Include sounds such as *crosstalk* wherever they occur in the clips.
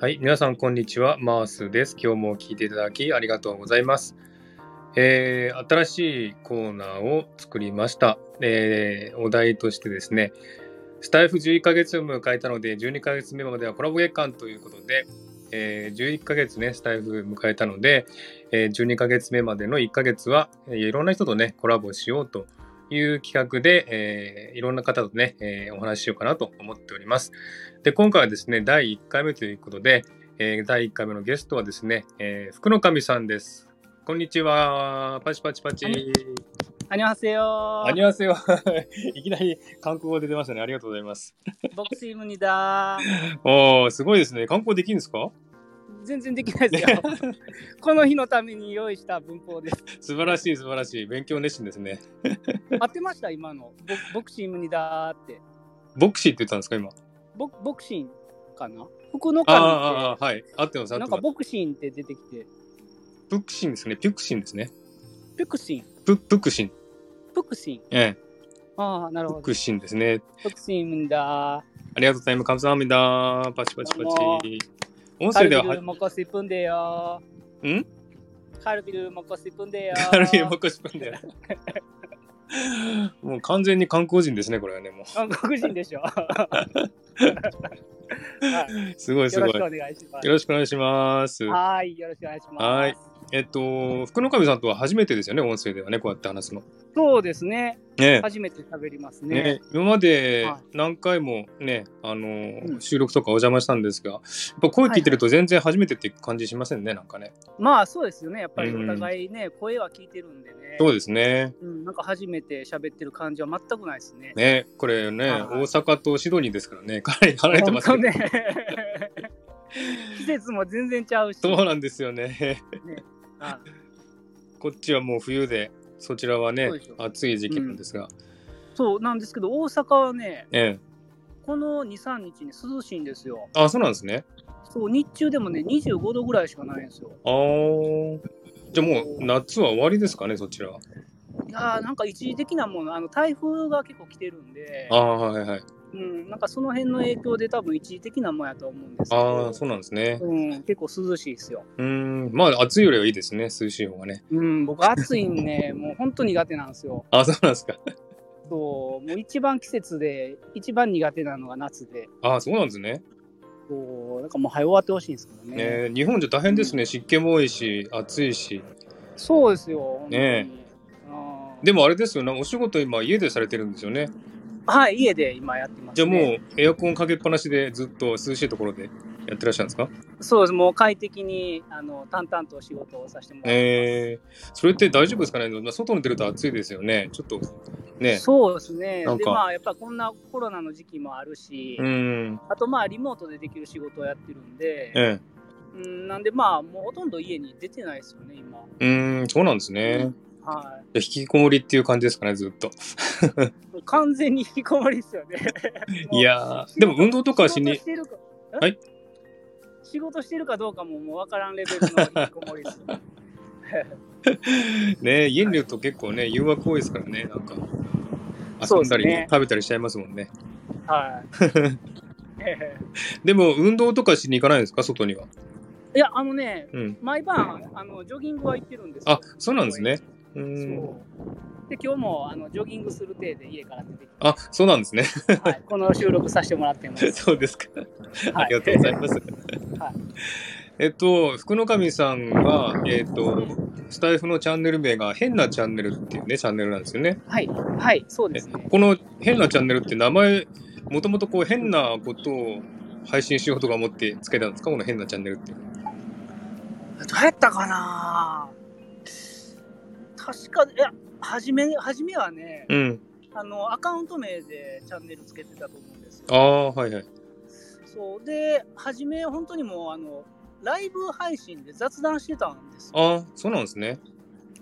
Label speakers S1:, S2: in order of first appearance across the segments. S1: はい、皆さんこんにちは、マースです。今日も聞いていただきありがとうございます。えー新しいコーナーを作りました。えーお題としてですね、スタイフ11ヶ月を迎えたので、12ヶ月目まではコラボ月間ということで、えー11ヶ月ね、スタイフ迎えたので、えー12ヶ月目までの1ヶ月は、えーいろんな人とね、コラボしようという企画で、えーいろんな方とね、えーお話ししようかなと思っております。で、今回はですね、第1回目ということで、えー第1回目のゲストはですね、えー福の神さんです。こんにちは。パチパチパチ。
S2: こんアニョハセヨ
S1: アニュアセは *laughs* いきなり韓国語で出ましたね。ありがとうございます。
S2: ボクシームニダ
S1: おー、すごいですね。韓国語できるんですか
S2: 全然できない
S1: *laughs*
S2: ですよ。この日のために用意した文法です。
S1: 素晴らしい、素晴らしい。勉強熱心ですね。
S2: 合ってました今の。ボボクシームニダーって。
S1: ボクシーって言ったんですか、今。
S2: ボボクシンかな福の
S1: あーあー、
S2: 神っ
S1: あーはい。合ってます、合っ
S2: て。
S1: て
S2: なん
S1: ま
S2: か
S1: す。
S2: ボクシンって出てきて。
S1: プクシンですね。ピュクシンですね。
S2: ピクシン。
S1: プ、プクシン。
S2: プクシン。
S1: ええ。
S2: ああ、なる
S1: プ
S2: ほど。
S1: クシンですね。
S2: ボクシームニダ
S1: ありがとうございます。カムサハミダパチパチパ
S2: どうも
S1: チ。音
S2: ー。カ
S1: 声
S2: ル
S1: で
S2: ビ
S1: は
S2: ルモコシプンデよ
S1: ん
S2: ー。カルビルモコシプンデよー。
S1: カルビもこしプんだよ。 *laughs* もう完全に韓国人ですね、これはね。も
S2: 韓国人で
S1: *laughs*
S2: しょ。はい、
S1: う。すごいす
S2: よ
S1: ごい。
S2: ろしくお
S1: よ
S2: 願いします。
S1: ろしくお願いします。
S2: はーい、よろしくお願いします。
S1: はいえっと、福の神さんとは初めてですよね、音声ではね、こうやって話すの。
S2: そうですね。
S1: ね
S2: 初めて喋ります
S1: ね
S2: ね。
S1: 今まで
S2: はい
S1: 何回もね、あのー
S2: うん
S1: 収録とかお邪魔したんですが、やっぱ声聞いてると全然初めてって感じしませんね、なんかね。
S2: まあそうですよね。やっぱり
S1: う
S2: お
S1: ん
S2: 互いね、声は聞いてるんでね。
S1: そうですね。
S2: うん、なんか初めて喋ってる感じは全くないですね。
S1: ね、これね、
S2: はい
S1: 大阪とシドニーですからね、かなり離れて
S2: 本
S1: ますけ
S2: 当
S1: ど。
S2: ね。季節も全然ちゃうし。
S1: そうなんですよね。
S2: あ
S1: こっちはもう冬で、そちらはね
S2: そうでし、ょ
S1: 暑い時期なんですが。
S2: そうなんですけど、大阪はね、
S1: ええ。
S2: この2、3日に涼しいんですよ。
S1: あ、そうなんですね。
S2: そう、日中でもね、25度ぐらいしかないんですよ。
S1: あー。じゃあもう夏は終わりですかね、そちらは。
S2: いやーなんか一時的なもの、あの台風が結構来てるんで
S1: あ、あ、はいはい。
S2: うん、なんかその辺の影響で多分一時的なもんやと思うんですけど。
S1: ああ、そうなんですね。
S2: うん、結構涼しいですよ。
S1: うーん、まあ暑いよりはいいですね、涼しい方がね。
S2: うん、僕暑いんね、 *laughs* もう本当苦手なんですよ。
S1: あ、そうなんですか。
S2: そう、もう一番季節で、一番苦手なのが夏で、
S1: あ、そうなんですね。
S2: そう、なんかもう早終わってほしいんですけどね。
S1: ね、日本じゃ大変ですね、湿気も多いし、暑いし。
S2: そうですよ、本当に。
S1: ね
S2: あー
S1: でもあれですよね、お仕事今家でされてるんですよね。
S2: はい、家で今やってま
S1: じ
S2: す、ね。
S1: ゃあもうエアコンかけっぱなしでずっと涼しいところでやってらっしゃるんですか。
S2: う。そうです、もう快適に、あの、淡々と仕事をさせてもらって
S1: えー、それって大丈夫ですかね、まあ、外に出ると暑いですよね、ちょっと
S2: ます。
S1: ね。
S2: そうですね。
S1: なんか
S2: で、まあ、やっぱこんなコロナの時期もあるし、
S1: うーん、
S2: あとまあ、リモートでできる仕事をやってるんで、
S1: え
S2: うん、なんでまあ、もうほとんど家に出てないですよね、今。
S1: え、うーん、そうなんですね。
S2: は
S1: じゃあ引きこもりっていう感じですかね、ずっと。
S2: い。もう完全に引きこもりですよね。もう
S1: い、やー、でも運動とかはし
S2: 仕事
S1: に
S2: し、てるか
S1: は
S2: はいい。仕事してるかどうかももう分からんレベルの引きこもりですよ。
S1: *laughs* ね、家にいると結構ね、誘惑多いですからね、なんか。
S2: そ
S1: 遊
S2: うで
S1: ん
S2: す
S1: だり、
S2: ね
S1: 食べたりしちゃいますもんね。
S2: はい。え
S1: でも、運動とかしに行かないんですか、外には。
S2: えいや、あのね、
S1: うん。
S2: 毎晩あのジョギングは行ってるんですよ。
S1: あ、そうなんですね。う
S2: 公園に。
S1: ー
S2: そ
S1: ん。
S2: うで、今日もあのジョギングする程で家から出てき
S1: あ、そうなんですね。
S2: て、はい、この収録させてもらってます。
S1: そうですか。
S2: は
S1: ありがとうござい
S2: す。
S1: ます。 *laughs* えっと、福の神さんが、えっと、スタイフのチャンネル名が変なチャンネルっていうね、チャンネルなんですよね。
S2: はい、はい、そうですね。
S1: この変なチャンネルって名前、もともとこう変なことを配信しようとか思ってつけたんですかこの変なチャンネルって。
S2: どうやったかな確か、いや、初め、初めはね、
S1: うん。
S2: あの、アカウント名でチャンネルつけてたと思うんですよ。
S1: ああ、はいはい。
S2: そう。で、初め、本当にもう、あの、ライブ配信で雑談してたんですよ。
S1: ああ、そうなんですね。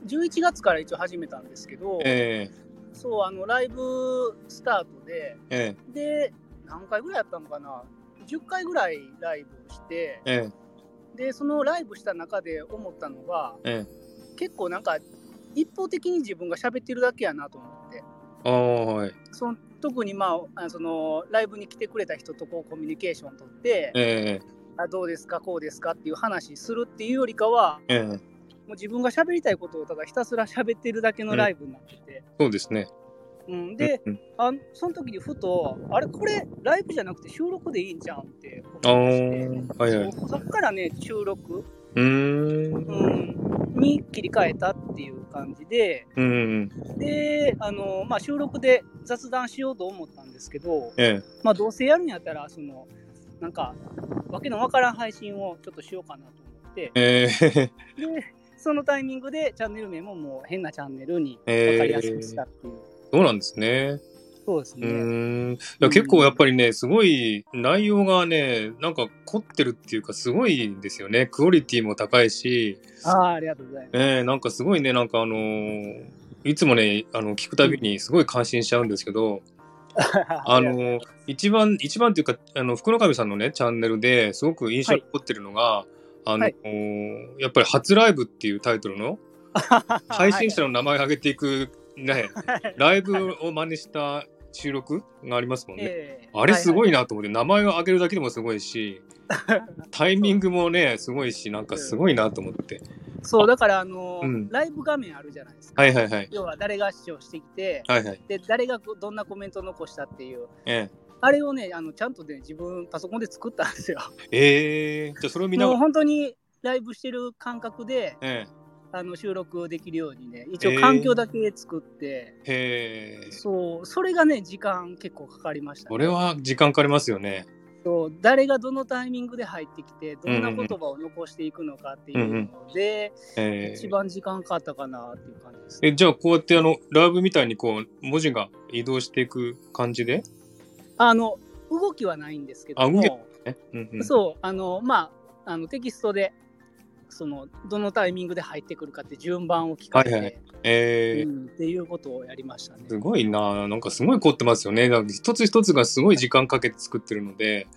S2: 11月から一応始めたんですけど、
S1: え
S2: そう、あの、ライブスタートで、
S1: ええ
S2: で、何回ぐらいやったのかな ?10 回ぐらいライブをして
S1: え、え
S2: で、そのライブした中で思ったのが、
S1: ええ
S2: 結構なんか、一方的に自分が喋ってるだけやなと思って。
S1: えああ、はい。
S2: その特にまああのそのライブに来てくれた人とこうコミュニケーション取って
S1: え
S2: あどうですかこうですかっていう話するっていうよりかは
S1: ええ
S2: もう自分が喋りたいことをただひたすら喋ってるだけのライブになってて、
S1: そうですね。
S2: うん、で
S1: うん
S2: あのその時にふとあれこれライブじゃなくて収録でいいんじゃんって
S1: ああ
S2: 思い出して
S1: はいはい。
S2: そっからね収録、
S1: うーん。
S2: うん、に切り替えたっていう感じで
S1: うん。
S2: であの、まあ、収録で雑談しようと思ったんですけど、
S1: ええ
S2: まあ、どうせやるんやったらそのなんかわけのわからん配信をちょっとしようかなと思って。
S1: ええ
S2: で、そのタイミングでチャンネル名ももう変なチャンネルに
S1: ええ
S2: 分かりやすくしたっていう。
S1: *laughs* そうなんですね。
S2: そうです
S1: う
S2: ね。
S1: ーん。いや結構やっぱりね、すごい内容がね、なんか凝ってるっていうか、すごいんですよね。クオリティも高いし、
S2: ああ、ありがとうございます。
S1: ええなんかすごいね、なんかあのーいつもね、あの、聞くたびにすごい感心しちゃうんですけど、あのー一番、一番っていうか、あの、福の神さんのね、チャンネルですごく印象に残ってるのが、あのーやっぱり初ライブっていうタイトルの配信者
S2: の。
S1: の名前を挙げていく、ね、ライブを真似した収録がありますもんね。
S2: ええ
S1: あれすご
S2: はい
S1: なと思って、名前を挙げるだけでもすごい
S2: *laughs*
S1: し、タイミングもね、すごいし、なんかすごいなと思って。
S2: いはいそう、だから、あのー
S1: うん
S2: ライブ画面あるじゃないですか。
S1: はいはいはい。
S2: 要は誰が視聴してきて、
S1: はいはい。
S2: で、誰がこどんなコメント残したっていう。
S1: え
S2: あれをね、あのちゃんとね、自分パソコンで作ったんで
S1: *laughs*
S2: すよ。
S1: え。ええじゃあそれを見な
S2: も
S1: が
S2: う
S1: ら。
S2: 本当にライブしてる感覚で
S1: え
S2: あの収録できるようにね、一応環境だけ作って、
S1: え。へえ。
S2: そう、それがね、時間結構かかりました、ね。
S1: これは時間かかりますよね。
S2: そう誰がどのタイミングで入ってきて、どんな言葉を残していくのかっていうので、
S1: え
S2: 一
S1: え。
S2: 番時間かかったかなっていう感じです、ね。
S1: え、じゃあこうやってあの、ライブみたいにこう、文字が移動していく感じで
S2: あの、動きはないんですけど
S1: あ動き
S2: も、
S1: えうんうん。
S2: そう、あの、まあ、あのテキストで、その、どのタイミングで入ってくるかって順番を聞かれて、
S1: はいはええ
S2: うんっていうことをやりましたね。
S1: すごいななんかすごい凝ってますよね。なんか一つ一つがすごい時間かけて作ってるので、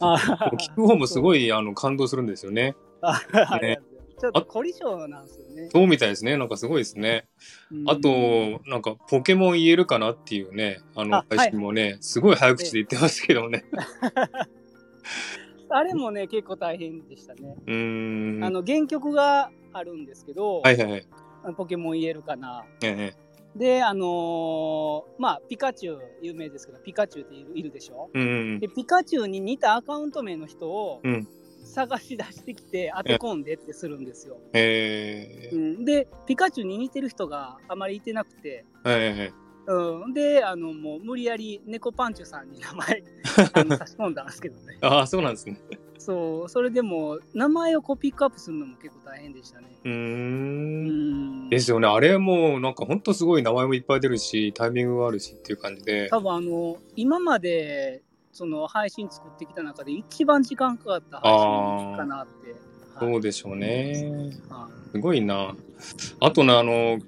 S2: あ
S1: 聞く方もすごいあの感動するんですよね。
S2: あありがとうございますちょっと凝り性なんですよね。
S1: そうみたいですね。なんかすごいですね。
S2: うん
S1: あと、なんかポケモン言えるかなっていうね、あの
S2: あ
S1: 配信もね、すごい早口で言ってますけどね。
S2: あれもね、結構大変でしたね。
S1: *laughs* うーん。
S2: あの原曲があるんですけど、
S1: はいはいはい。
S2: ポケモン言えるかな。
S1: ええ
S2: で、あのーまあ、ピカチュウ、有名ですけど、ピカチュウっているいるでしょ。
S1: うん
S2: で、ピカチュウに似たアカウント名の人を
S1: うん
S2: 探し出してきて、当て込んでってするんですよ。
S1: え
S2: う
S1: え
S2: ん、で、ピカチュウに似てる人があまりいてなくて、
S1: え
S2: うん、で、あのもう無理やり猫パンチュさんに名
S1: *laughs*
S2: 前あの差し込んだんですけどね
S1: え。ああ、そうなんですね。
S2: そう、それでも、名前をこうピックアップするのも結構大変でしたね。
S1: うー。
S2: うんん
S1: ですよね。あれも、なんかほんとすごい名前もいっぱい出るし、タイミングがあるしっていう感じで。
S2: 多分あの今までその配信作ってきた中で一番時間かかった配信かなって。はい
S1: そうでしょうね。
S2: は
S1: すごいな。あとね、あの、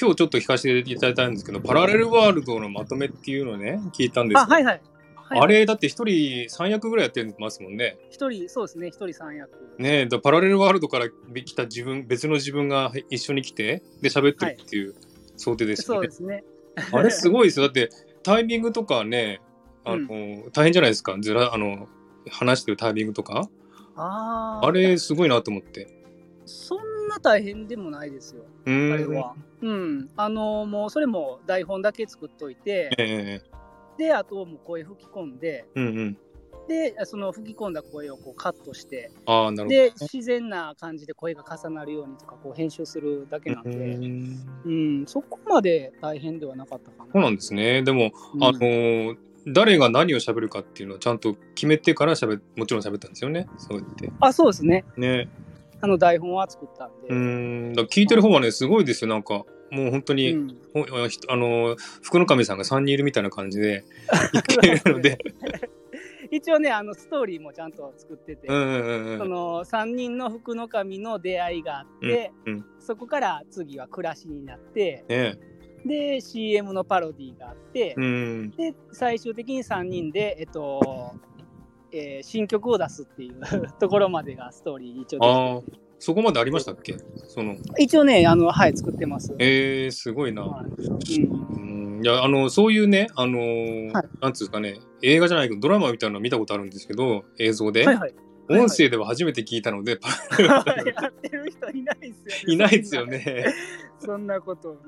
S1: 今日ちょっと聞かせていただいたんですけど、パラレルワールドのまとめっていうのをね、聞いたん
S2: い
S1: です
S2: あ
S1: よ
S2: はいはい。はい
S1: あれ、だって一人三役ぐらいやってますもんね。
S2: 一人そうですね一人三役。
S1: ねえ、だパラレルワールドから来た自分、別の自分が一緒に来て、で、喋ってるっていう想定です
S2: そ
S1: よ
S2: う
S1: ね
S2: で。すね。
S1: あれ、すごいですよ。だって、タイミングとかね、あの、大変じゃないですか。ずら、あの、話してるタイミングとか。
S2: ああ
S1: あれ、すごいなと思って。
S2: そんな大変でもないですよ。
S1: う
S2: あ
S1: ーん。
S2: れは。うん。あのもうそれも台本だけ作っといて、
S1: ええ
S2: であともう声吹き込んで、
S1: うんうん。
S2: でその吹き込んだ声をこうカットして、
S1: ああ、なるほど。
S2: で自然な感じで声が重なるようにとかこう編集するだけなんで。
S1: うーん
S2: うん、そこまで大変ではなかったかな。
S1: そうなんですね。でも、
S2: うん
S1: あのー誰が何を喋るかっていうのをちゃんと決めてから喋もちろん喋ったんですよね。そうやって。
S2: あ、そうですね。
S1: ね。
S2: あの台本は作ったんで。
S1: うーん。だから聞いてる方はね、すごいですよ。なんか、もう本当
S2: う
S1: に、
S2: ん
S1: ほあひあのー、福の神さんが3人いるみたいな感じで、聞け
S2: *laughs*
S1: るので。
S2: 一応ね、あのストーリーもちゃんと作ってて、
S1: うんうんうん
S2: そ
S1: うん。
S2: の3人の福の神の出会いがあって、
S1: うんうん
S2: そこから次は暮らしになって、
S1: ね。
S2: で、CM のパロディーがあって、
S1: うん。
S2: で、最終的に3人で、えっと、えー新曲を出すっていう *laughs* ところまでがストーリー一応できてて
S1: そこまでありましたっけその、
S2: 一応ね、あの、はい、作ってます。
S1: えー、すごいな。
S2: はいうん
S1: うんいや、あの、そういうね、あのー
S2: はい
S1: なんつうんですかね、映画じゃないけど、ドラマみたいなの見たことあるんですけど、映像で。
S2: はいはい。 *laughs* はい
S1: 音声では初めて聞いたので、パ
S2: やってる人いないですよね。
S1: *laughs* いないですよ。ね。
S2: そんなことをね。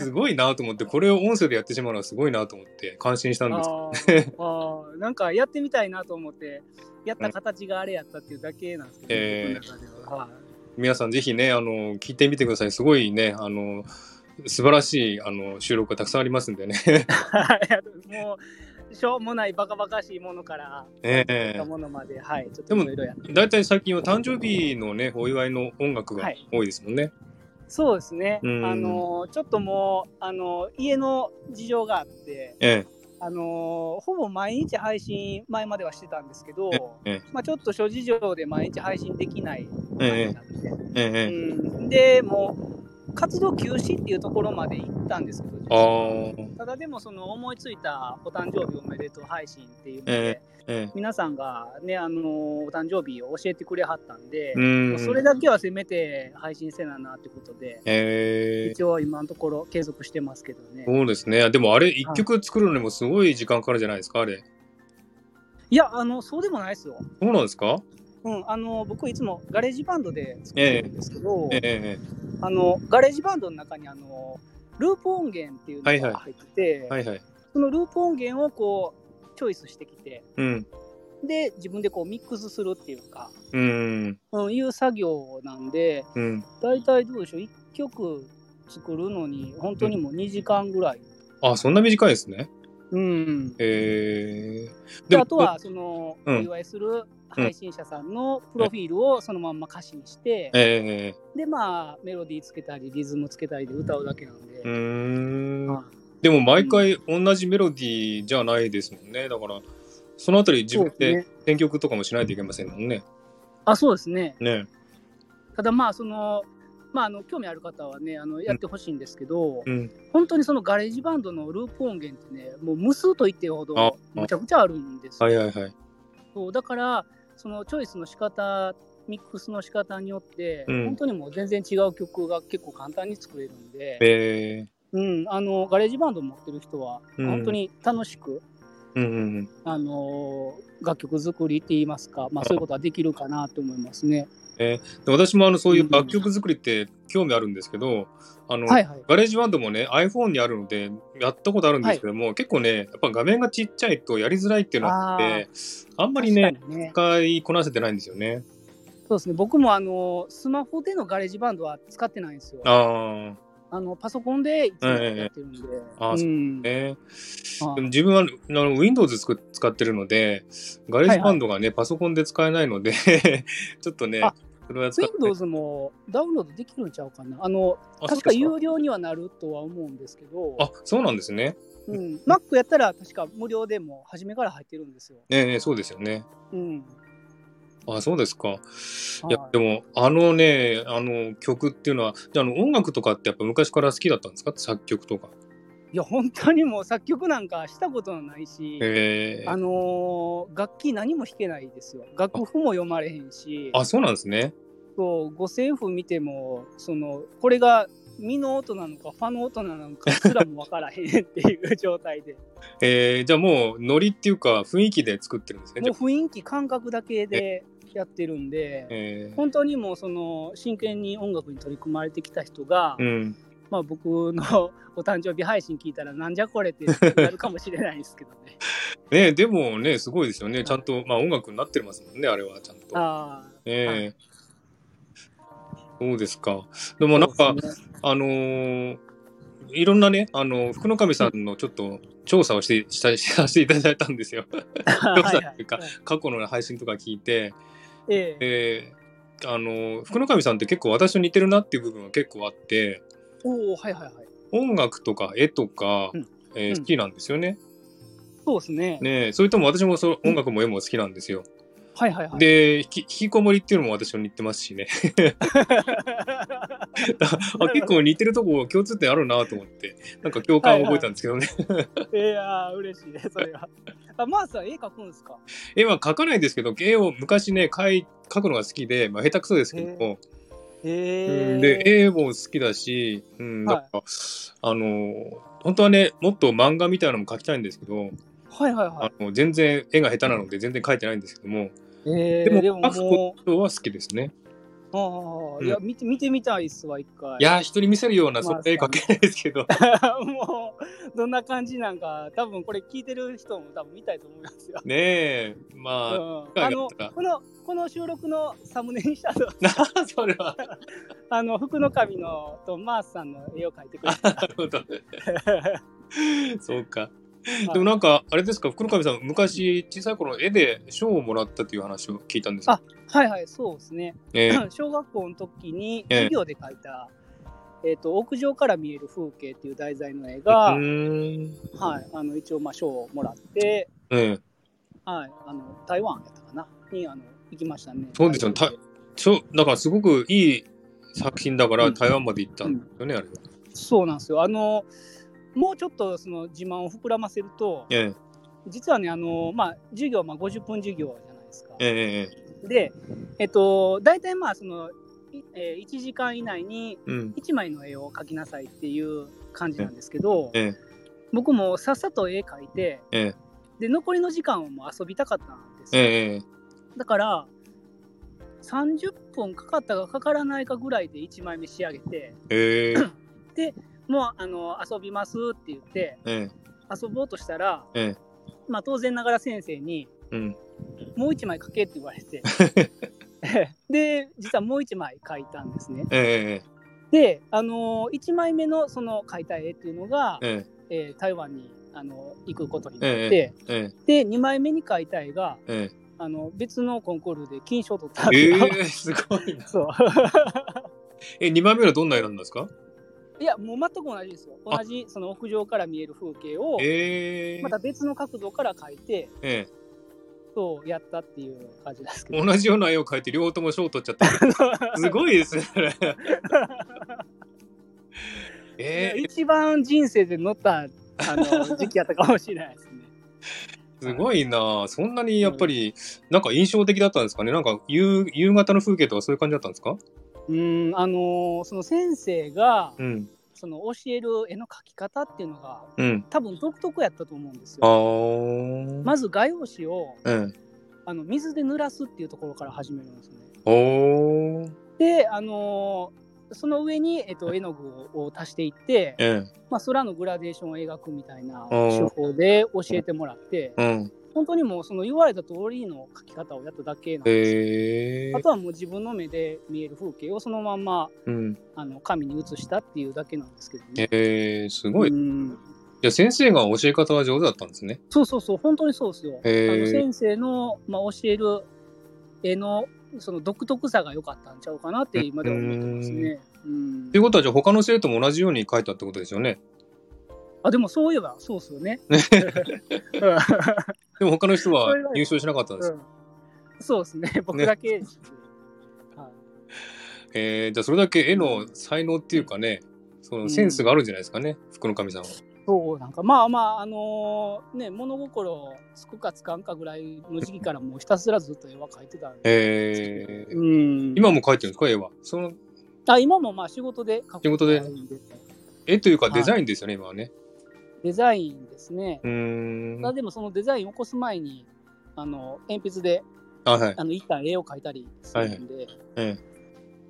S1: すごいなと思って、これを音声でやってしまうのはすごいなと思って、感心したんです。
S2: あー
S1: *laughs*
S2: あーなんかやってみたいなと思って、やった形があれやったっていうだけなんですけど、
S1: えー
S2: 僕の中では。はい
S1: 皆さんぜひね、あの、聞いてみてください。すごいね、あの、素晴らしいあの収録がたくさんありますん
S2: *laughs*
S1: でね。
S2: はいもうしょうもないバカバカしいものから、
S1: ええ *laughs*
S2: そういったものまで、はい、ち
S1: で
S2: ょっと
S1: も
S2: いろいろやって。
S1: だいたい最近は誕生日のね、お祝いの音楽が多いですもんね。
S2: そうですね。あ
S1: うん
S2: のちょっともうあの家の事情があって、
S1: え
S2: あのほぼ毎日配信前まではしてたんですけど、
S1: え
S2: まあちょっと諸事情で毎日配信できない
S1: え
S2: 感じに
S1: え
S2: なって、
S1: えええ
S2: うん、でもう活動休止っていうところまで行ったんですけど実
S1: あ
S2: は
S1: ー
S2: ただでもその思いついたお誕生日おめでとう配信っていうので、
S1: ええ
S2: 皆さんがねあのお誕生日を教えてくれはったんで
S1: え、うん
S2: もうそれだけはせめて配信せななってことで、
S1: ええ
S2: 一応今のところ継続してますけどね
S1: そうですね。でもあれ、一曲作るのにもすごい時間かかるじゃないですか、あれ。
S2: いやあのそうでもないですよ、
S1: そうなんですか
S2: うん、あの僕いつもガレージバンドで作ってるんですけど、
S1: ええ
S2: あのガレージバンドの中にあのループ音源っていうのが入ってて、
S1: ええはいはい。
S2: そのループ音源をこうチョイスしてきて
S1: うん。
S2: で自分でこうミックスするっていうか、
S1: うん。
S2: うん、いう作業なんで
S1: うん。
S2: 大体どうでしょう1曲作るのに本当にもう2時間ぐらい。
S1: あ、そんな短いですね。
S2: うん、
S1: ええ
S2: であとはそのお
S1: うん
S2: 祝いする配信者さんのプロフィールをそのまんま歌詞にして、
S1: え
S2: でまあメロディーつけたりリズムつけたりで歌うだけなんで、
S1: えうん。
S2: はい
S1: でも毎回同じメロディーじゃないですもんね。だから、そのあたり自分
S2: そうで
S1: で選曲とかもしないといけませんもんね。
S2: あそうですね
S1: ね。
S2: ただまあそのまああの興味ある方はねあのやってほしいんですけど、
S1: うん。
S2: 本当にそのガレージバンドのループ音源ってねもう無数と言っていいほ
S1: あ
S2: どむちゃくちゃあるんですよ、
S1: はいはいはい。
S2: そうだからそのチョイスの仕方ミックスの仕方によって、
S1: うん
S2: 本当にもう全然違う曲が結構簡単に作れるんで、
S1: ええ
S2: うん、あのガレージバンド持ってる人は
S1: うん
S2: 本当に楽しく、
S1: うんうんうん。
S2: あのー楽曲作りって言いますか、まあ、そういうことはできるかなと思いますね。
S1: で私もあのそういう楽曲作りって興味あるんですけど、あの、
S2: はいはい、
S1: ガレージバンドもね iPhone にあるのでやったことあるんですけども、結構ねやっぱ画面がちっちゃいとやりづらいっていうのがあってあんまりね
S2: 確かにね
S1: 使いこなせてないんですよね。
S2: そうですね僕もあのスマホでのガレージバンドは使ってないんですよ。
S1: あ
S2: あのパソコンでいつもやってるんで。
S1: ああ
S2: う
S1: そ
S2: ん
S1: あね、
S2: はい
S1: でも自分はあの Windows つく使ってるのでガレージバンドがね、パソコンで使えないので *laughs* ちょっとね
S2: あ
S1: それは使って
S2: Windows もダウンロードできるんちゃうかな。あの
S1: あそう
S2: 確
S1: で
S2: か
S1: す
S2: 有料にはなるとは思うんですけど、
S1: あそうなんですね。
S2: うん、Mac やったら確か無料でも初めから入ってるんですよ。
S1: ねえねえそうですよね。
S2: うん、
S1: あそうですか。いや
S2: はい
S1: でもあのねあの曲っていうのはじゃああの音楽とかってやっぱ昔から好きだったんですか作曲とか。
S2: いや本当にもう作曲なんかしたことのないし、
S1: ええ
S2: あのー楽器何も弾けないですよ。楽譜も読まれへんし、
S1: あ、そうなんですね。
S2: そう五線譜見てもそのこれがミの音なのかファの音なのかすらもわからへんっていう状
S1: *laughs*
S2: 態で、
S1: えー、じゃあもうノリっていうか雰囲気で作ってるんですね。じ
S2: もう
S1: ゃあ
S2: 雰囲気感覚だけでやってるんで、
S1: えー
S2: 本当にもうその真剣に音楽に取り組まれてきた人が、
S1: うん、
S2: まあ僕のお誕生日配信聞いたらなんじゃこれってなるかもしれないですけ
S1: *laughs*
S2: どね。
S1: ねでもねすごいですよねちゃんと、まあ、音楽になってますもんねあれはちゃんと。ね
S2: ああ、はい
S1: えそうですか。でもなんか、
S2: そうですね
S1: あのーいろんなね、あの福の神さんのちょっと調査をしてしたしさせていただいたんですよ。 *laughs*
S2: *laughs* はい
S1: さっていうか
S2: はい
S1: 過去の配信とか聞いて、
S2: ええ
S1: えーあの福の神さんって結構私と似てるなっていう部分が結構あって、
S2: おおはいはいはい。
S1: 音楽とか絵とか、
S2: うん
S1: えー
S2: うん
S1: 好きなんですよね。
S2: そうですね。
S1: ねえそれとも私もそう音楽も絵も好きなんですよ。
S2: はいはいはい。
S1: で引き引きこもりっていうのも私も似てますし
S2: *laughs*
S1: ね。あ *laughs* 結構似てるとこ共通点あるなと思ってなんか共感を覚えたんですけどね。
S2: いやー嬉しいねそれは。あマースさん絵描くんですか。
S1: 絵は描かないですけど絵を昔ね描い描くのが好きで、まあ、下手くそですけども、
S2: へえ。
S1: で絵も好きだし、うん、だから、あのー本当はねもっと漫画みたいなのも描きたいんですけど、
S2: はいはいは
S1: あの全然絵が下手なので全然描いてないんですけども。
S2: い。え
S1: で
S2: ー、
S1: も
S2: でも
S1: パク
S2: も
S1: 人は好きですね。
S2: う、ああ、
S1: うん
S2: いや見て、見てみたいっすわ、一回。
S1: いやー、人に見せるような、そんな絵描けないですけど。
S2: *laughs* もう、どんな感じなんか、多分これ聞いてる人も多分見たいと思いますよ。
S1: ね
S2: *laughs*
S1: え、
S2: う
S1: ま
S2: ん、
S1: 回があ
S2: あ
S1: っ
S2: の
S1: たら
S2: このこの収録のサムネにしたの
S1: あ、 *laughs* それは、
S2: あの福の神のとマースさんの絵を描いてくれた。
S1: なるほど。そうか。 *laughs* でもなんか、あれですか、福の神さん、昔、小さい頃、絵で賞をもらったという話を聞いたんですが
S2: あはいはい、そうですね。
S1: ええ
S2: *laughs* 小学校の時に
S1: ええ
S2: 授業で描いた、えっと屋上から見える風景っていう題材の絵
S1: う
S2: が、
S1: ーん。
S2: はい、あの一応まあ賞をもらって、
S1: ええ。
S2: はい、あの台湾やったかなにあの行きましたね。
S1: そうですよね
S2: 台湾
S1: ちょ、だからすごくいい作品だから、
S2: うん
S1: 台湾まで行ったんですよね、あれは。
S2: そうなんですよ。あのもうちょっとその自慢を膨らませると、
S1: ええ、
S2: 実はね、あのまあ、授業、まあ、50分授業じゃないですか。
S1: ええ、ええ。
S2: で、えっと、大体まあその、いえー1時間以内に
S1: うん。
S2: 1枚の絵を描きなさいっていう感じなんですけど、
S1: ええ、
S2: 僕もさっさと絵描いて、
S1: ええ、
S2: で残りの時間をもう遊びたかったんです
S1: え
S2: よ。
S1: え、ええ。
S2: だから30分かかったかかからないかぐらいで1枚目仕上げて
S1: ええ、
S2: もうあの遊びますって言って
S1: ええ、
S2: 遊ぼうとしたら、
S1: ええ
S2: まあ、当然ながら先生に
S1: うん。
S2: 「もう1枚描け」って言われ
S1: *laughs*
S2: てで実はもう1枚描いたんですね。
S1: ええ、
S2: で、あの1枚目のその描いた絵っていうのが
S1: ええ、、え
S2: えー台湾に、あの行くことになって、
S1: え、ええ、
S2: で2枚目に描いた絵が
S1: え
S2: *laughs*
S1: え。
S2: あの別のコンクールで金賞を取ったんです
S1: ええ
S2: よ。
S1: すごいな。
S2: そう *laughs*
S1: え、2枚目はどんな絵なんですか
S2: いや、もう全く同じですよ。
S1: あ
S2: 同じその屋上から見える風景を、
S1: ええ
S2: また別の角度から描いて、
S1: え
S2: そうやったっていう感じなんですけ
S1: え、
S2: ど。
S1: 同じような絵を描いて両方とも賞を取っちゃった。すごいですね。それえ
S2: いや
S1: え
S2: 一番人生で乗ったあの時期やったかもしれないですね。
S1: すごいな。そんなにやっぱり、なんか印象的だったんですかね。なんか夕夕方の風景とかそういう感じだったんですか
S2: うん、あのーその先生が、
S1: うん。
S2: その教える絵の描き方っていうのが、
S1: うん。
S2: 多分独特やったと思うんです
S1: あ
S2: よ。
S1: ー。
S2: まず画用紙を
S1: うん。
S2: あの水で濡らすっていうところから始めるんですね。
S1: おー。
S2: で、あのーその上に、えっと、絵の具を足していって、
S1: え
S2: まあ、空のグラデーションを描くみたいな
S1: ー
S2: 手法で教えてもらって
S1: え。うん。
S2: 本当にもうその言われた通りの描き方をやっただけなんですよ、
S1: ええ
S2: あとはもう自分の目で見える風景をそのまんま
S1: うん。
S2: あの紙に写したっていうだけなんですけどね。
S1: ええすごい。じ
S2: うん
S1: ゃあ先生が教え方は上手だったんですね。
S2: そうそうそう、本当にそうですよ。あ
S1: へー
S2: の先生の、まあ、教える絵のその独特さが良かったんちゃうかなって今では思ってますね。うん
S1: ということは、じゃあ他の生徒も同じように描いたってことですよね。
S2: あでもそういえばそうっすよね。
S1: でも他の人は
S2: それは
S1: 入賞しなかったんです
S2: う。んそうで
S1: *laughs*
S2: すね、僕だけですね。はい
S1: えー、じゃあそれだけ絵の才能っていうかね、そのセンスがあるんじゃないですかね、福の神さんは。
S2: そうなんかまあまああのーね物心つくかつかんかぐらいの時期からもうひたすらずっと絵は描いてたんで、
S1: えー、
S2: うん、
S1: 今も描いてるんですか、絵は。その
S2: あ今もまあ仕事で描くことがあるん
S1: 絵というか
S2: はい
S1: デザインですよね、今はね。
S2: デザインですね
S1: う、ーん。
S2: まあでもそのデザインを起こす前にあの鉛筆で
S1: あ、はい。
S2: あの一旦絵を描いたりするんで、
S1: え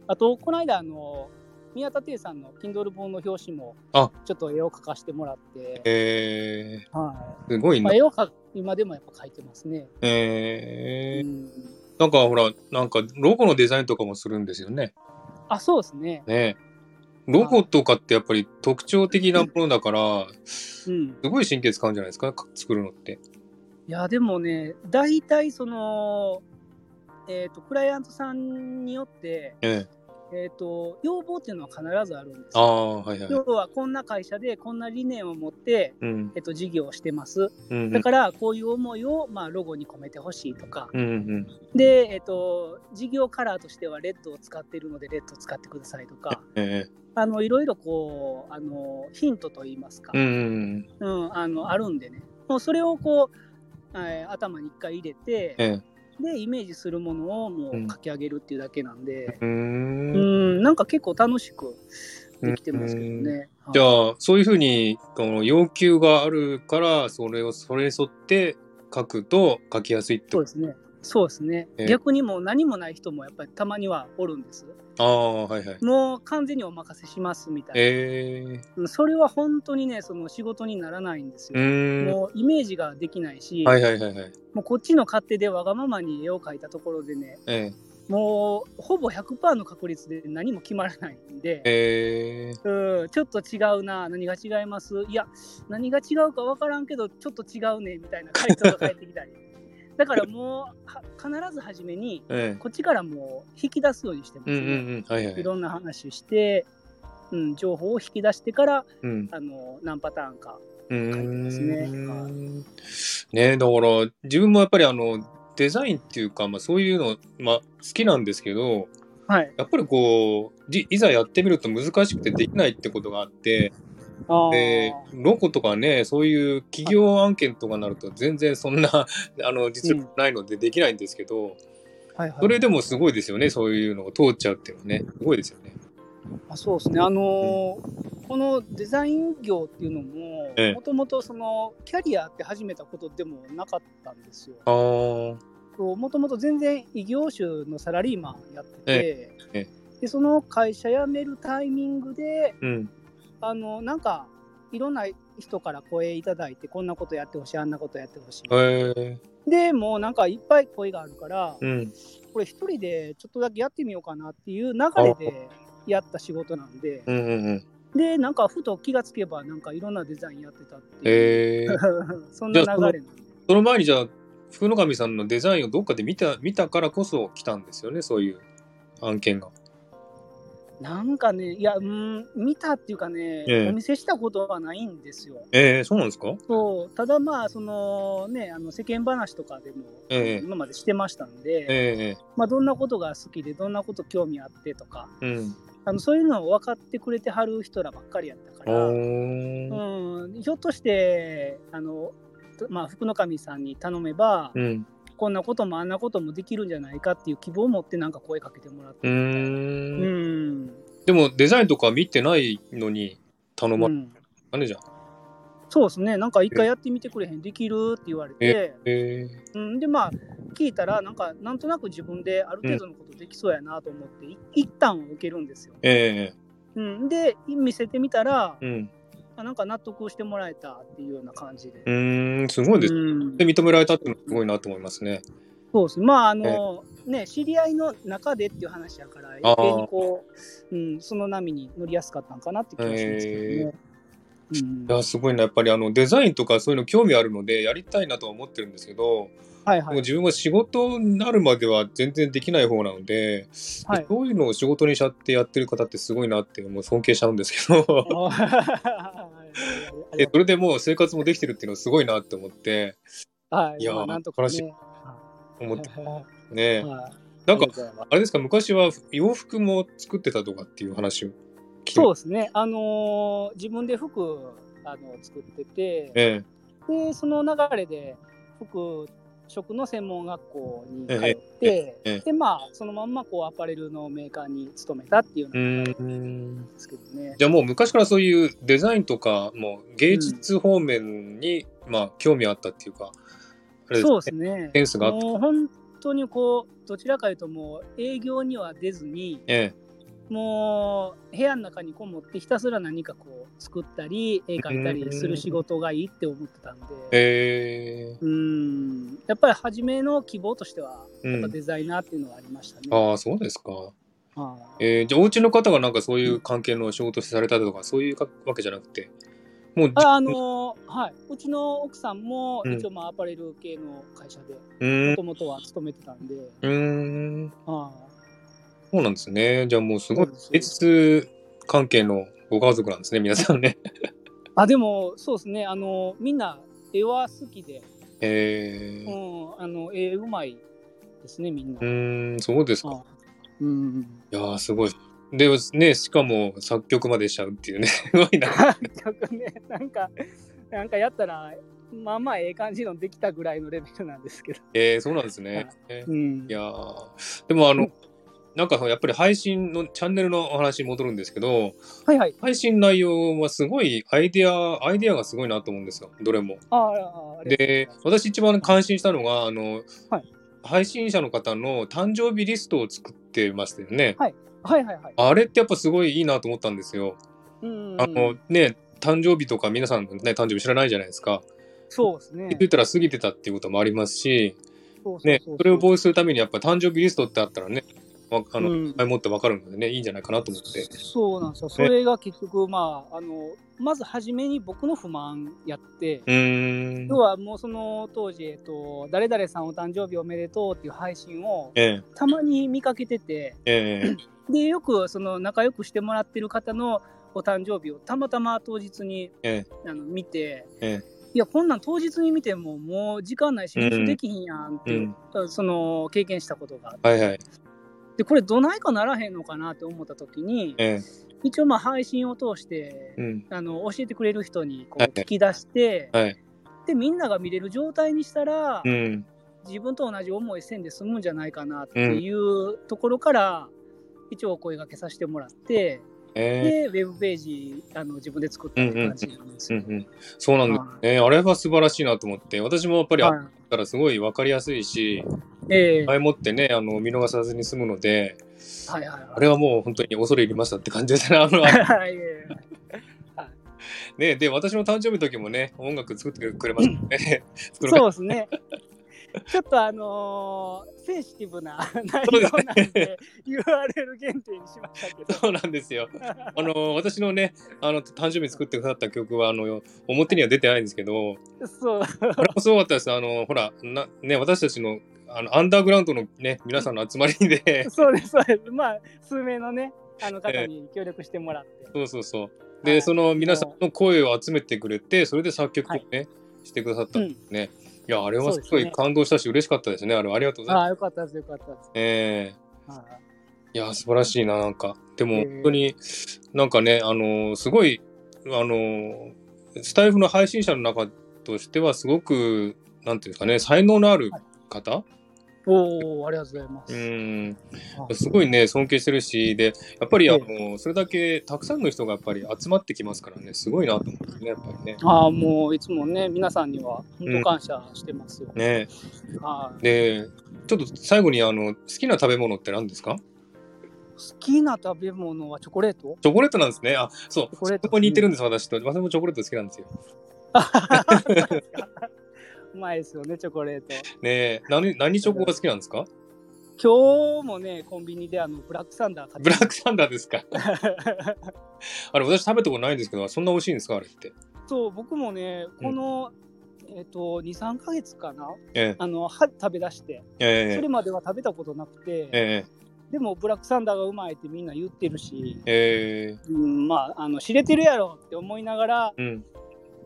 S2: あとこの間あの宮田亭さんの Kindle 本の表紙も
S1: あ
S2: ちょっと絵を描かしてもらって、
S1: え
S2: は
S1: ー、すごい
S2: いま
S1: な
S2: あ、。絵を描く今でもやっぱ描いてますね。
S1: え
S2: う
S1: ー、
S2: ん
S1: なんかほら、なんかロゴのデザインとかもするんですよね。
S2: あそうですね。
S1: ねロゴとかってやっぱり特徴的なものだから、す
S2: うん、
S1: ごい神経使うんじゃないですか、か作るのって。
S2: いやでもね大体その、えー、とクライアントさんによって、
S1: ええ
S2: えー、と要望っていうのは必ずあるんです
S1: あ
S2: よ。
S1: あ、はいはい。
S2: 要はこんな会社でこんな理念を持って、
S1: うん。
S2: えっと事業をしてます
S1: うん。う
S2: だ
S1: ん
S2: からこういう思いを、まあ、ロゴに込めてほしいとか。
S1: うん。
S2: で、えっと事業カラーとしてはレッドを使っているのでレッドを使ってくださいとか
S1: え
S2: あのいろいろこうあのヒントといいますか
S1: え、うんうん。
S2: うん、あのあるんでねもうそれをこう、えー頭に一回入れて、
S1: え
S2: でイメージするものをもう書き上げるっていうだけなんで、
S1: え。うーん
S2: うん、なんか結構楽しくできてますけどね。はい
S1: じゃあそういうふうにこの要求があるからそれをそれに沿って書くと書きやすいって
S2: そ
S1: こ
S2: う
S1: と
S2: ですね。そうですね
S1: ええ
S2: 逆にもう何もない人もやっぱりたまにはおるんです
S1: ああ、はいはい。
S2: もう完全にお任せしますみたいな、
S1: ええ
S2: うんそれは本当にねその仕事にならないんです
S1: う
S2: よ、
S1: ーん。
S2: もうイメージができないし、
S1: はいはいはいはい。
S2: もうこっちの勝手でわがままに絵を描いたところでね
S1: え
S2: もうほぼ100%の確率で何も決まらないんで、
S1: えええ
S2: うん、ちょっと違うな何が違いますいや何が違うか分からんけどちょっと違うねみたいな回答が返ってきたり *laughs* だからもうは必ず初めに
S1: え
S2: こっちからもう引き出すようにしてます、
S1: え
S2: ね
S1: うんうんうん。はいはいい。
S2: ろんな話して、うん、情報を引き出してから
S1: うん。
S2: あの何パターンか
S1: うー
S2: ますね
S1: ん。ねだから、自分もやっぱりあの、デザインっていうか、まあそういうの、まあ好きなんですけど、
S2: はい
S1: やっぱりこう、じいざやってみると難しくてできないってことがあって、
S2: あー
S1: でロコとかねそういう企業案件とかになると全然そんな *laughs* あの実力ないのでできないんですけど、
S2: はいはい
S1: それでもすごいですよねそういうのが通っちゃうっていうのはねすごいですよね。
S2: あそうですね、あのーこのデザイン業っていうのも
S1: ええ、
S2: もともとそのキャリアって始めたことでもなかったんですよ。
S1: あー
S2: もともと全然異業種のサラリーマンやってて、
S1: ええ
S2: でその会社辞めるタイミングで、
S1: うん
S2: あのなんかいろんな人から声いただいて、こんなことやってほしい、あんなことやってほしい。
S1: へー
S2: でもうなんかいっぱい声があるから、
S1: うん
S2: これ一人でちょっとだけやってみようかなっていう流れでやった仕事なんで。
S1: うんうんうん
S2: で、なんかふと気がつけば、なんかいろんなデザインやってたってい
S1: え *laughs*
S2: う、
S1: ー
S2: *laughs* そんな流れなんで。
S1: その前にじゃあ福の神さんのデザインをどっかで見た見たからこそ来たんですよねそういう案件が。
S2: なんかね、いや、うん、見たっていうかね、
S1: ええ
S2: お見せしたことはないんですよ。
S1: えー、そうなんですか
S2: そうただまあ、そのね、あの世間話とかでも、
S1: ええ
S2: 今までしてましたんで、
S1: え
S2: まあ、どんなことが好きで、どんなこと興味あってとか、
S1: ー、うん
S2: あのそういうのを分かってくれてはる人らばっかりやったか
S1: あ
S2: ら、
S1: ー
S2: うん、ひょっとして、あの、まあ、福の神さんに頼めば、
S1: うん
S2: こんなこともあんなこともできるんじゃないかっていう希望を持ってなんか声かけてもらっ
S1: う
S2: て。う
S1: ーん
S2: ん。
S1: でもデザインとか見てないのに頼ま
S2: う
S1: れ
S2: ん
S1: たねじゃあ。
S2: そうですね。なんか一回やってみてくれへんできるって言われて、
S1: えー
S2: うん、でまあ聞いたらなんかなんとなく自分である程度のことできそうやなと思って、い一旦を受けるんですよ。
S1: え
S2: うん、で見せてみたら、
S1: えうん。
S2: あなんか納得してもらえたっていうような感じで。
S1: うーん、すごいです。
S2: うん
S1: で認められたっていうのはすごいなと思いますね。
S2: そうですね。まあ、あの、ね、知り合いの中でっていう話やから、
S1: あー
S2: 余計にこう、うん、その波に乗りやすかったんかなって気がしますけどね。うん
S1: いや、すごいな。やっぱりあのデザインとかそういうの興味あるのでやりたいなとは思ってるんですけど、
S2: はい
S1: も
S2: は
S1: う
S2: い。
S1: 自分は仕事になるまでは全然できない方なので、
S2: はい、
S1: そういうのを仕事にしちゃってやってる方ってすごいなってもう尊敬しちゃうんですけど *laughs*
S2: あー
S1: でそれでもう生活もできてるっていうのはすごいなって思って、
S2: *laughs* はい。
S1: いやー
S2: まあなんとかね。
S1: 素晴思って
S2: は
S1: ね
S2: い。。はい
S1: なんか
S2: ありがとうございます
S1: あれですか、昔は洋服も作ってたとかっていう話を聞きま
S2: そうですね。あのー自分で服、あの、作ってて、
S1: え
S2: で、その流れで、服、食の専門学校に通っ
S1: え
S2: て
S1: ええ、
S2: で、まあ、そのまんま、こう、アパレルのメーカーに勤めたっていう
S1: え。う
S2: のなん
S1: ーん。
S2: ですけどね。
S1: じゃあもう昔からそういうデザインとか、もう芸術方面に、まあ興味あったっていうか、あれです
S2: そ
S1: ね
S2: うですね。
S1: センスがあった。
S2: もう本当にこう、どちらかいうともう営業には出ずに、
S1: え
S2: もう部屋の中にこもってひたすら何かこう作ったり絵描いたりする仕事がいいって思ってたん
S1: え。え
S2: で、うん、やっぱり初めの希望としては
S1: え
S2: やっ
S1: う
S2: ぱ
S1: ん。
S2: デザイナーっていうのはありましたね。
S1: ああ、そうですか。
S2: はい
S1: えー、じゃあお家の方がなんかそういう関係の仕事されたとか、そういうかわけじゃなくて、もう、
S2: ああのーはいうちの奥さんも
S1: うん
S2: 一応まあアパレル系の会社で
S1: うーん
S2: も。ともとは勤めてたんで、
S1: うーん。
S2: は
S1: そうなんですね。じゃあもうすごい
S2: そうです、
S1: 芸術関係のご家族なんですね、皆さんね。
S2: いあでもそうですねあのみんな絵は好きで、
S1: え
S2: う
S1: え。
S2: ん、あの絵うまいですねみんな。
S1: うーん、そうですか。
S2: はいうん *laughs*
S1: いやー、すごい。で、ね、しかも作曲までしちゃうっていうね、 *laughs* すごいな。
S2: *laughs* 曲ねなんかなんかやったらまあまあええ感じのできたぐらいのレベルなんで
S1: *laughs*
S2: すけど、
S1: えー、そうなんですね。
S2: うん
S1: いやー、でもあ
S2: う
S1: の
S2: ん、
S1: なんかそのやっぱり配信のチャンネルのお話に戻るんですけど、
S2: はいはい
S1: 配信内容はすごいアイデア、アイデアがすごいなと思うんですよ、どれも。
S2: ああああありがとうござい
S1: で
S2: ます、
S1: 私一番感心したのが、あの、
S2: はい
S1: 配信者の方の誕生日リストを作ってましたよね。
S2: はいはいはい。
S1: あれってやっぱすごいいいなと思ったんですよ。
S2: うんうん
S1: あのね、誕生日とか皆さんのね、誕生日知らないじゃないですか。
S2: そうですね
S1: 気。づいたら過ぎてたっていうこともありますし、
S2: そうそうそう
S1: ね、それを防止するためにやっぱ誕生日リストってあったらね、わあの、
S2: うん
S1: 前もってわかるのでね、いいんじゃないかなと思って。
S2: そうなんですよ。それが結局、まあ、あの、まず初めに僕の不満やって、
S1: うーん
S2: 要。はもうその当時、えっと、誰々さんお誕生日おめでとうっていう配信を
S1: ええ、
S2: たまに見かけてて、
S1: ええ、
S2: で、よくその仲良くしてもらってる方のお誕生日をたまたま当日に
S1: え
S2: あの見て、
S1: え
S2: いや、こんなん当日に見てももう時間ないし、
S1: うん
S2: 練習できひんやんっていう、その経験したことがあって
S1: え、はいはい。
S2: で、これどないかならへんのかなって思った時に、
S1: え
S2: 一応まあ配信を通して
S1: え、うん。
S2: あの教えてくれる人にこう
S1: はい
S2: 聞き出して、
S1: はい。
S2: でみんなが見れる状態にしたら、
S1: うん。
S2: 自分と同じ思いせんで済むんじゃないかなっていうところから、一応お声掛けさせてもらって、
S1: ええ。
S2: でウェブページあの自分で作ったっていう感じなんです
S1: うん
S2: よ。
S1: うん、そうなんですね、あれは素晴らしいなと思って私もやっぱりあっ
S2: はい
S1: たらすごい分かりやすいし、
S2: ええ
S1: 前もってねあの見逃さずに済むので
S2: はいはい
S1: あれはもう本当に恐れ入りましたって感じですね。あの *laughs*
S2: はいいえいえ
S1: ねで私の誕生日の時もね音楽作ってくれましたもんね。
S2: *laughs*
S1: 作る
S2: そうですね。ちょっとあのーセンシティブな内
S1: そうで
S2: 容
S1: すね
S2: なんで URL 限定にしましたけ
S1: *laughs*
S2: ど。
S1: そうなんですよ。あの私のねあの誕生日作ってくださった曲はあの表には出てないんですけど
S2: そう
S1: あれもすごかったです。あのほらなね私たちのあのアンダーグラウンドのね皆さんの集まりで
S2: そうです、そうです。まあ、数名のね、あの方に協力してもらって。
S1: そうそうそう。
S2: は
S1: で
S2: い
S1: その皆さんの声を集めてくれてそれで作曲をね、してくださったんですね。いやあれはす
S2: そ
S1: ご
S2: うです
S1: い
S2: ね
S1: 感動したし嬉しかったですね。あれありがとうござい
S2: あ
S1: ます。
S2: あ、よかったです、よかったです。
S1: ええ
S2: は
S1: い
S2: い
S1: や、素晴らしいな、なんか。でも、
S2: えー
S1: 本当に、なんかね、あのーすごい、あのースタイフの配信者の中としては、すごく、なんていうんですかね、才能のある方、
S2: おお、ありがとうございま
S1: う
S2: す。
S1: ん、
S2: はい
S1: すごいね、尊敬してるし、で、やっぱり、あ
S2: え
S1: の
S2: え
S1: それだけ、たくさんの人がやっぱり集まってきますからね、すごいなと思うんですね、やっぱりね。
S2: ああ、もういつもね、皆さんには本当感謝してますよ。
S1: ね
S2: はい
S1: で、ちょっと最後に、あの、好きな食べ物って何ですか
S2: 好きな食べ物はチョコレート
S1: チョコレートなんですね。あ、そう。
S2: チョコレート
S1: そこに似てるんです、私と。私もチョコレート好きなんですよ。
S2: *laughs* うまいですよね、チョコレート。
S1: ねえ、何、何チョコが好きなんですか
S2: 今日もね、コンビニであのブラックサンダー買っ
S1: *laughs* ブ
S2: て
S1: ラックサンダーです
S2: *laughs*
S1: かあれ、私食べたことないんですけど、そんな美味しいんですかあれって。
S2: そう、僕もね、この、えっ、と、2、3ヶ月かな、
S1: え
S2: あのは食べ出して、そ
S1: え
S2: れまでは食べたことなくて、
S1: ええ
S2: でもブラックサンダーがうまいってみんな言ってるし、
S1: ええ
S2: うん、まああの知れてるやろって思いながら、
S1: えうん。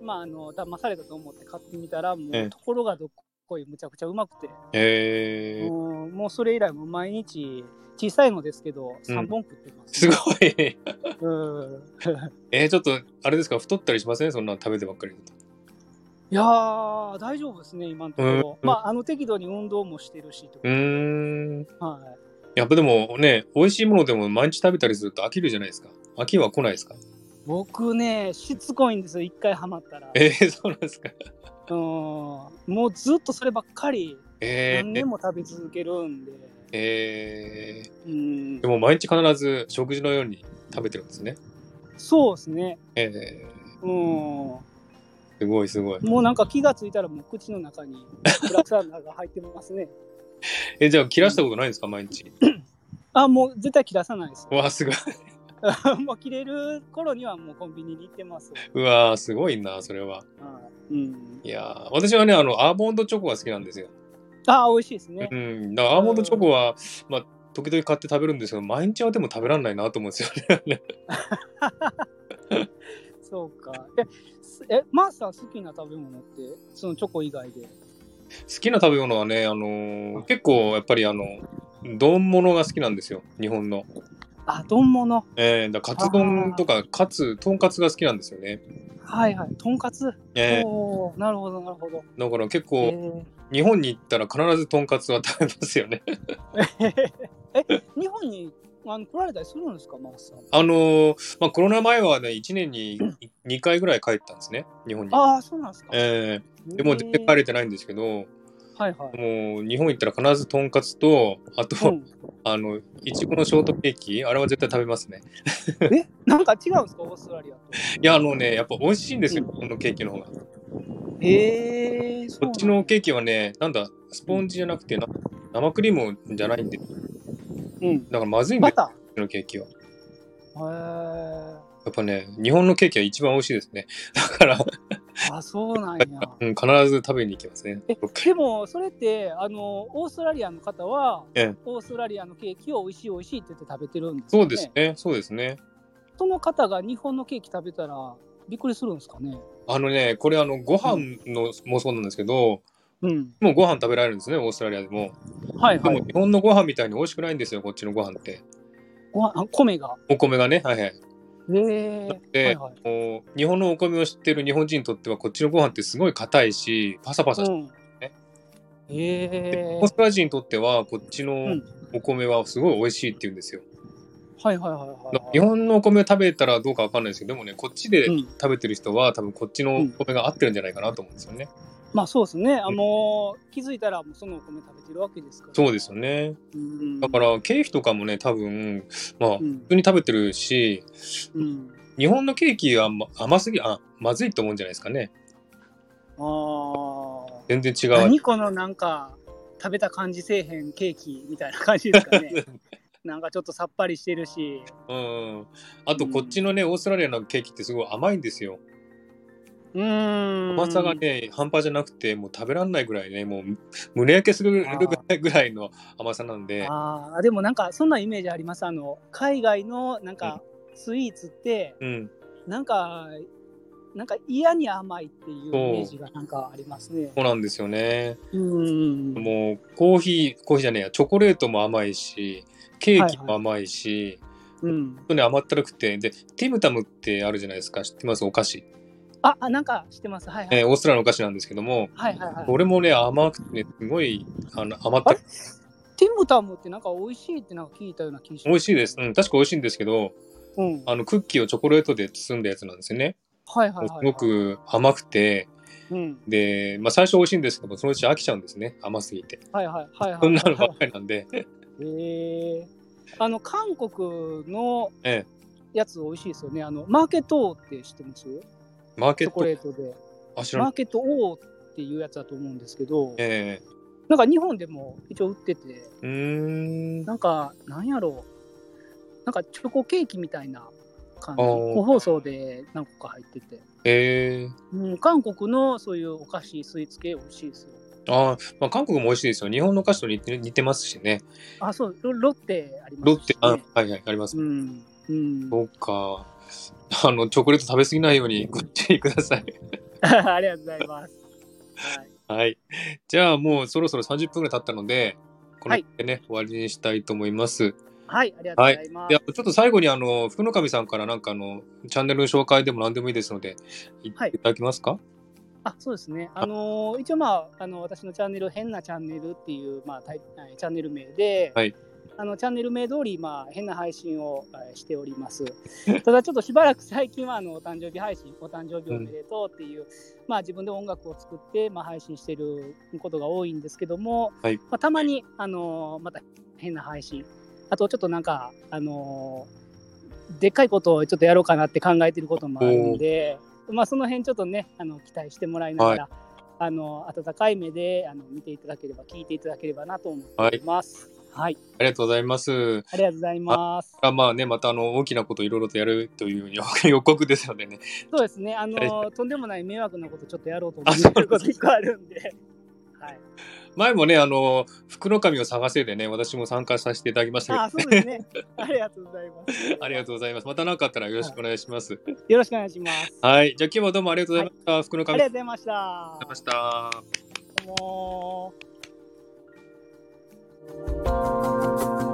S2: まあ、あの騙されたと思って買ってみたらも
S1: ええ
S2: うところがどっこいむちゃくちゃうまくて、
S1: ええ
S2: うんもうそれ以来もう毎日小さいのですけど3本食ってます、
S1: すごい。
S2: うん、
S1: えー、ちょっと、あれですか、太ったりしませんそんな食べてばっかりだと。
S2: いやー大丈夫ですね今のところ、
S1: うん
S2: まああの適度に運動もしてるしと
S1: う
S2: か、
S1: ーん。
S2: はい、
S1: やっぱでもね、美味しいものでも毎日食べたりすると飽きるじゃないですか。飽きは来ないですか
S2: 僕ねしつこいんですよ一回ハマったら、
S1: ええそうなんですか。
S2: うん、もうずっとそればっかり
S1: え
S2: 何
S1: え
S2: 年も食べ続けるんで、
S1: ええ
S2: うん
S1: で、も毎日必ず食事のように食べてるんですね。
S2: そうですね、
S1: ええ
S2: うん、も
S1: すごいすごい。
S2: うなんか気がついたらもう口の中にブラックサンダーが入ってます *laughs* ね。
S1: え、じゃあ切らしたことないんですか毎日。
S2: あ、もう絶対切らさないですよ。 *laughs*
S1: わあ、すごい。
S2: もう切れる頃にはもうコンビニに行ってます。
S1: うわあ、すごいな、それは。
S2: はいうん、
S1: いやー私はね、あの、アーモンドチョコが好きなんですよ。
S2: あ、美味しいですね
S1: う。ん。だからアーモンドチョコは、まあ、時々買って食べるんですけど、毎日はでも食べられないなと思うんですよね。 *laughs*
S2: そうか。えすえ、マースさん好きな食べ物って、そのチョコ以外で。
S1: 好きな食べ物はね、あのー結構やっぱりあの、丼物が好きなんですよ、日本の。
S2: あ、丼物。
S1: えー、だからカツ丼とか、カツ、とんかつが好きなんですよね。
S2: はいはい。とんかつ。
S1: えー
S2: おーなるほど、なるほど。
S1: だから結
S2: え
S1: 構、日本に行ったら必ずとんかつは食べますよね。 *laughs*
S2: ー *laughs* え、日本にあの来られたりするんですか、マースさん。
S1: あのーまあ、コロナ前はね、1年
S2: *laughs*
S1: に2回ぐらい帰ったんですね、日本に。
S2: ああ、そうなんですか。
S1: えーでもう全然帰
S2: れ
S1: れてないんですけど、
S2: はいはい。
S1: もう日本行ったら必ずとんかつとあと、
S2: うん、
S1: あのいちごのショートケーキあれは絶対食べますね
S2: え、なんか違うんですか、オーストラリアと。
S1: いやあのねやっぱ美味しいんですよ
S2: うん
S1: このケーキの方がこ
S2: へえー、
S1: っちのケーキはねなんだスポンジじゃなくてな生クリームじゃないんでだか
S2: うん、
S1: らまずいんで
S2: バ
S1: すこ
S2: タ
S1: っちのケーキは
S2: ー。へえ
S1: やっぱね日本のケーキは一番美味しいですねだから、
S2: ー、あ、そうなんや。
S1: うん、必ず食べに行きますね
S2: えでもそれってあのオーストラリアの方は、
S1: ええ
S2: オーストラリアのケーキを美味しい美味しいって言って食べてるんです
S1: そ
S2: よね。
S1: うですねそうですね
S2: その方が日本のケーキ食べたらびっくりするんですかね。
S1: あのねこれあのご飯のもそうなんですけど
S2: うん。
S1: もうご飯食べられるんですねオーストラリアでも
S2: はい
S1: で
S2: はい
S1: も。日本のご飯みたいに美味しくないんですよこっちのご飯って
S2: ご飯あ米が。
S1: お米がねはいはい
S2: へえ
S1: で
S2: はいはい。
S1: もう日本のお米を知ってる日本人にとってはこっちのご飯ってすごい硬いしパサパサして、
S2: うん
S1: ね。
S2: へえ
S1: オーストラリア人にとってはこっち
S2: う
S1: の
S2: ん
S1: お米はすごい美味しいって言うんですよ、
S2: はいはいはいはいはい。
S1: 日本のお米を食べたらどうかわかんないですけどでもねこっちで
S2: うん
S1: 食べてる人は多分こっちのお米が合ってるんじゃないかなと思うんですよね、
S2: まあそうですね。あの気づいたらもうそのお米食べてるわけですから。
S1: そうですよね
S2: うん。
S1: だからケーキとかもね多分まあ
S2: う
S1: 普
S2: ん。
S1: 通に食べてるし
S2: うん。
S1: 日本のケーキは、ま、甘すぎあまずいと思うんじゃないですかね
S2: ああ。
S1: 全然違う
S2: 何このなんか食べた感じせえへんケーキみたいな感じですか
S1: *laughs*
S2: ねなんかちょっとさっぱりしてるし
S1: うん、あとこっちのね、オーストラリアのケーキってすごい甘いんですよ。
S2: うーん
S1: 甘さがね、半端じゃなくて、もう食べられないぐらいね、もう胸焼けするぐらいぐらいの甘さなんで、
S2: あーでもなんかそんなイメージありますあの海外のなんかスイーツって
S1: うん、
S2: なんかなんか嫌に甘いっていうイメージがなんかありますね
S1: そうなんですよね。
S2: うーん
S1: もうコーヒー、コーヒーじゃねえや、チョコレートも甘いし、ケーキも甘いし、
S2: うん
S1: 本当に甘ったるくて、で、ティムタムってあるじゃないですか、知ってますお菓子。
S2: ああなんか知ってますはいはい、
S1: えーオーストラリアのお菓子なんですけども、
S2: はいはいはい
S1: これもね、甘くてね、すごいあの甘ったるくて、
S2: ティムタムってなんか美味しいってなんか聞いたような気がします
S1: 美味しいです。うん、確か美味しいんですけど、
S2: うんは
S1: あのクッキーをチョコレートで包んだやつなんですよね。
S2: いはいはい、はい、
S1: すごく甘くて、
S2: うん
S1: で、まあ、最初美味しいんですけども、そのうち飽きちゃうんですね、甘すぎて。
S2: はいはいはいはいはい
S1: そんなのばっかりなんで、
S2: へえあの韓国の
S1: ええ
S2: やつ美味しいですよね。あのマーケット王って知ってます
S1: マーケ
S2: チ
S1: ッ
S2: ョコ
S1: ト、
S2: レートで。
S1: あ、知ら
S2: マ
S1: な
S2: ーケット王っていうやつだと思うんですけど、
S1: え
S2: なんか日本でも一応売ってて、
S1: えうーん、
S2: なんかなんやろう、なんかチョコケーキみたいな感じ、
S1: あー
S2: 個包装で何個か入ってて、
S1: ええ
S2: うん、韓国のそういうお菓子、スイーツ系美味しいですよ。
S1: あー、まあ、韓国も美味しいですよ。日本の菓子と似て似てますしね。
S2: あ、そう、ロロッテあります
S1: ロ
S2: し、
S1: ッテ、あはいはい、あります。
S2: うん。うん、
S1: そうか。あの、チョコレート食べ過ぎないようにご注意ください。
S2: *laughs* ありがとうございます。はい
S1: はい。じゃあ、もうそろそろ30分ぐらい経ったので、この
S2: はい
S1: 辺でね、終わりにしたいと思います。
S2: はい、ありがとうございます。
S1: いや、ちょっと最後に、あの、福の神さんからなんか、あの、チャンネルの紹介でも何でもいいですので、言っていただけますか、
S2: あそうですね、あのー一応、まあ、あの私のチャンネル、変なチャンネルっていう、まあ、タイえーチャンネル名で、
S1: はい
S2: あのチャンネル名通り、まあ、変な配信を、えーしております。ただ、ちょっとしばらく最近はあのお誕生日配信、お誕生日おめでとうっていう、まあ、自分で音楽を作って、まあ、配信してることが多いんですけども、
S1: はい
S2: まあ、たまに、あのーまた変な配信、あとちょっとなんか、あのーでっかいことをちょっとやろうかなって考えてることもあるんで、まあ、その辺ちょっとねあの期待してもらいながら、あの温かい目であの見ていただければ聞いていただければなと思って
S1: はい
S2: い。ます。はい、
S1: ありがとうございます。
S2: ありがとうございます。
S1: あまあね、また、あの、大きなこといろいろとやるというように *laughs* 予告ですのでね。
S2: そうですねあ
S1: は
S2: のとんでもない迷惑なことちょっとやろうと思
S1: あ
S2: っ
S1: そう
S2: てること結構あるんで。はい、
S1: 前もね、あの、福の神を探せでね、私も参加させていただきましたけど、
S2: あそうですね。 *laughs* ありがとうございます。
S1: ありがとうございます。また何かあったらよろしくお願いします。
S2: よろしくお願いします。あ
S1: はい。じゃあ、今日はどうもありがとうございました。福の
S2: り
S1: 神
S2: が
S1: さ
S2: とうございました。
S1: んでした。
S2: どうもー